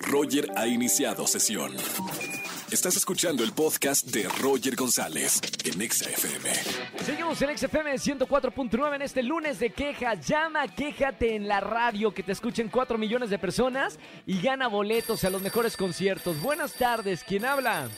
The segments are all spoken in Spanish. Roger ha iniciado sesión. Estás escuchando el podcast de Roger González en Exa FM. Seguimos en XFM 104.9 en este lunes de quejas. Llama, quéjate en la radio, que te escuchen 4 millones de personas y gana boletos a los mejores conciertos. Buenas tardes, ¿quién habla?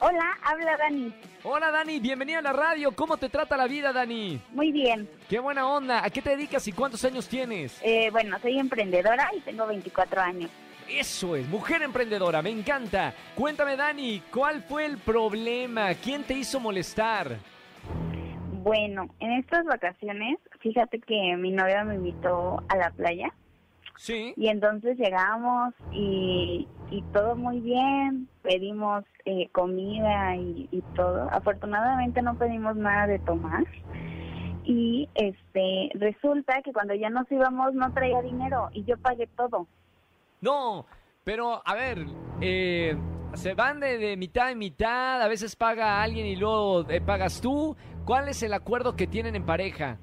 Hola, habla Dani. Hola Dani, bienvenida a la radio. ¿Cómo te trata la vida, Dani? Muy bien. Qué buena onda. ¿A qué te dedicas y cuántos años tienes? Eh, bueno, soy emprendedora y tengo 24 años. Eso es, mujer emprendedora, me encanta. Cuéntame, Dani, ¿cuál fue el problema? ¿Quién te hizo molestar? Bueno, en estas vacaciones, fíjate que mi novia me invitó a la playa Sí. y entonces llegamos y, y todo muy bien, pedimos eh, comida y, y todo. Afortunadamente no pedimos nada de tomar y este resulta que cuando ya nos íbamos no traía dinero y yo pagué todo. No, pero a ver, eh, se van de, de mitad en mitad, a veces paga alguien y luego eh, pagas tú. ¿Cuál es el acuerdo que tienen en pareja?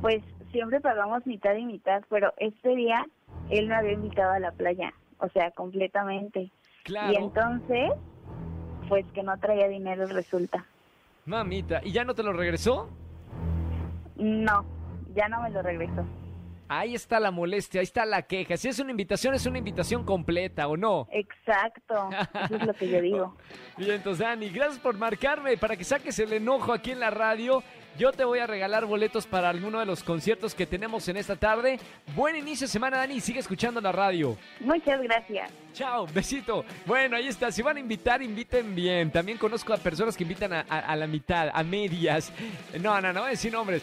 Pues siempre pagamos mitad y mitad, pero este día él me había invitado a la playa, o sea, completamente. Y Claro, entonces, pues que no traía dinero resulta. mamita. ¿Y ya no te lo regresó? No, ya no me lo regresó. Ahí está la molestia, ahí está la queja. Si es una invitación, es una invitación completa, ¿o no? Exacto, eso es lo que yo digo. Bien, entonces, Dani, gracias por marcarme. Para que saques el enojo aquí en la radio, yo te voy a regalar boletos para alguno de los conciertos que tenemos en esta tarde. Buen inicio de semana, Dani, y sigue escuchando la radio. Muchas gracias. Chao, besito. Bueno, ahí está. Si van a invitar, inviten bien. También conozco a personas que invitan a, a- a la mitad, a medias. No, no, no, voy a decir nombres.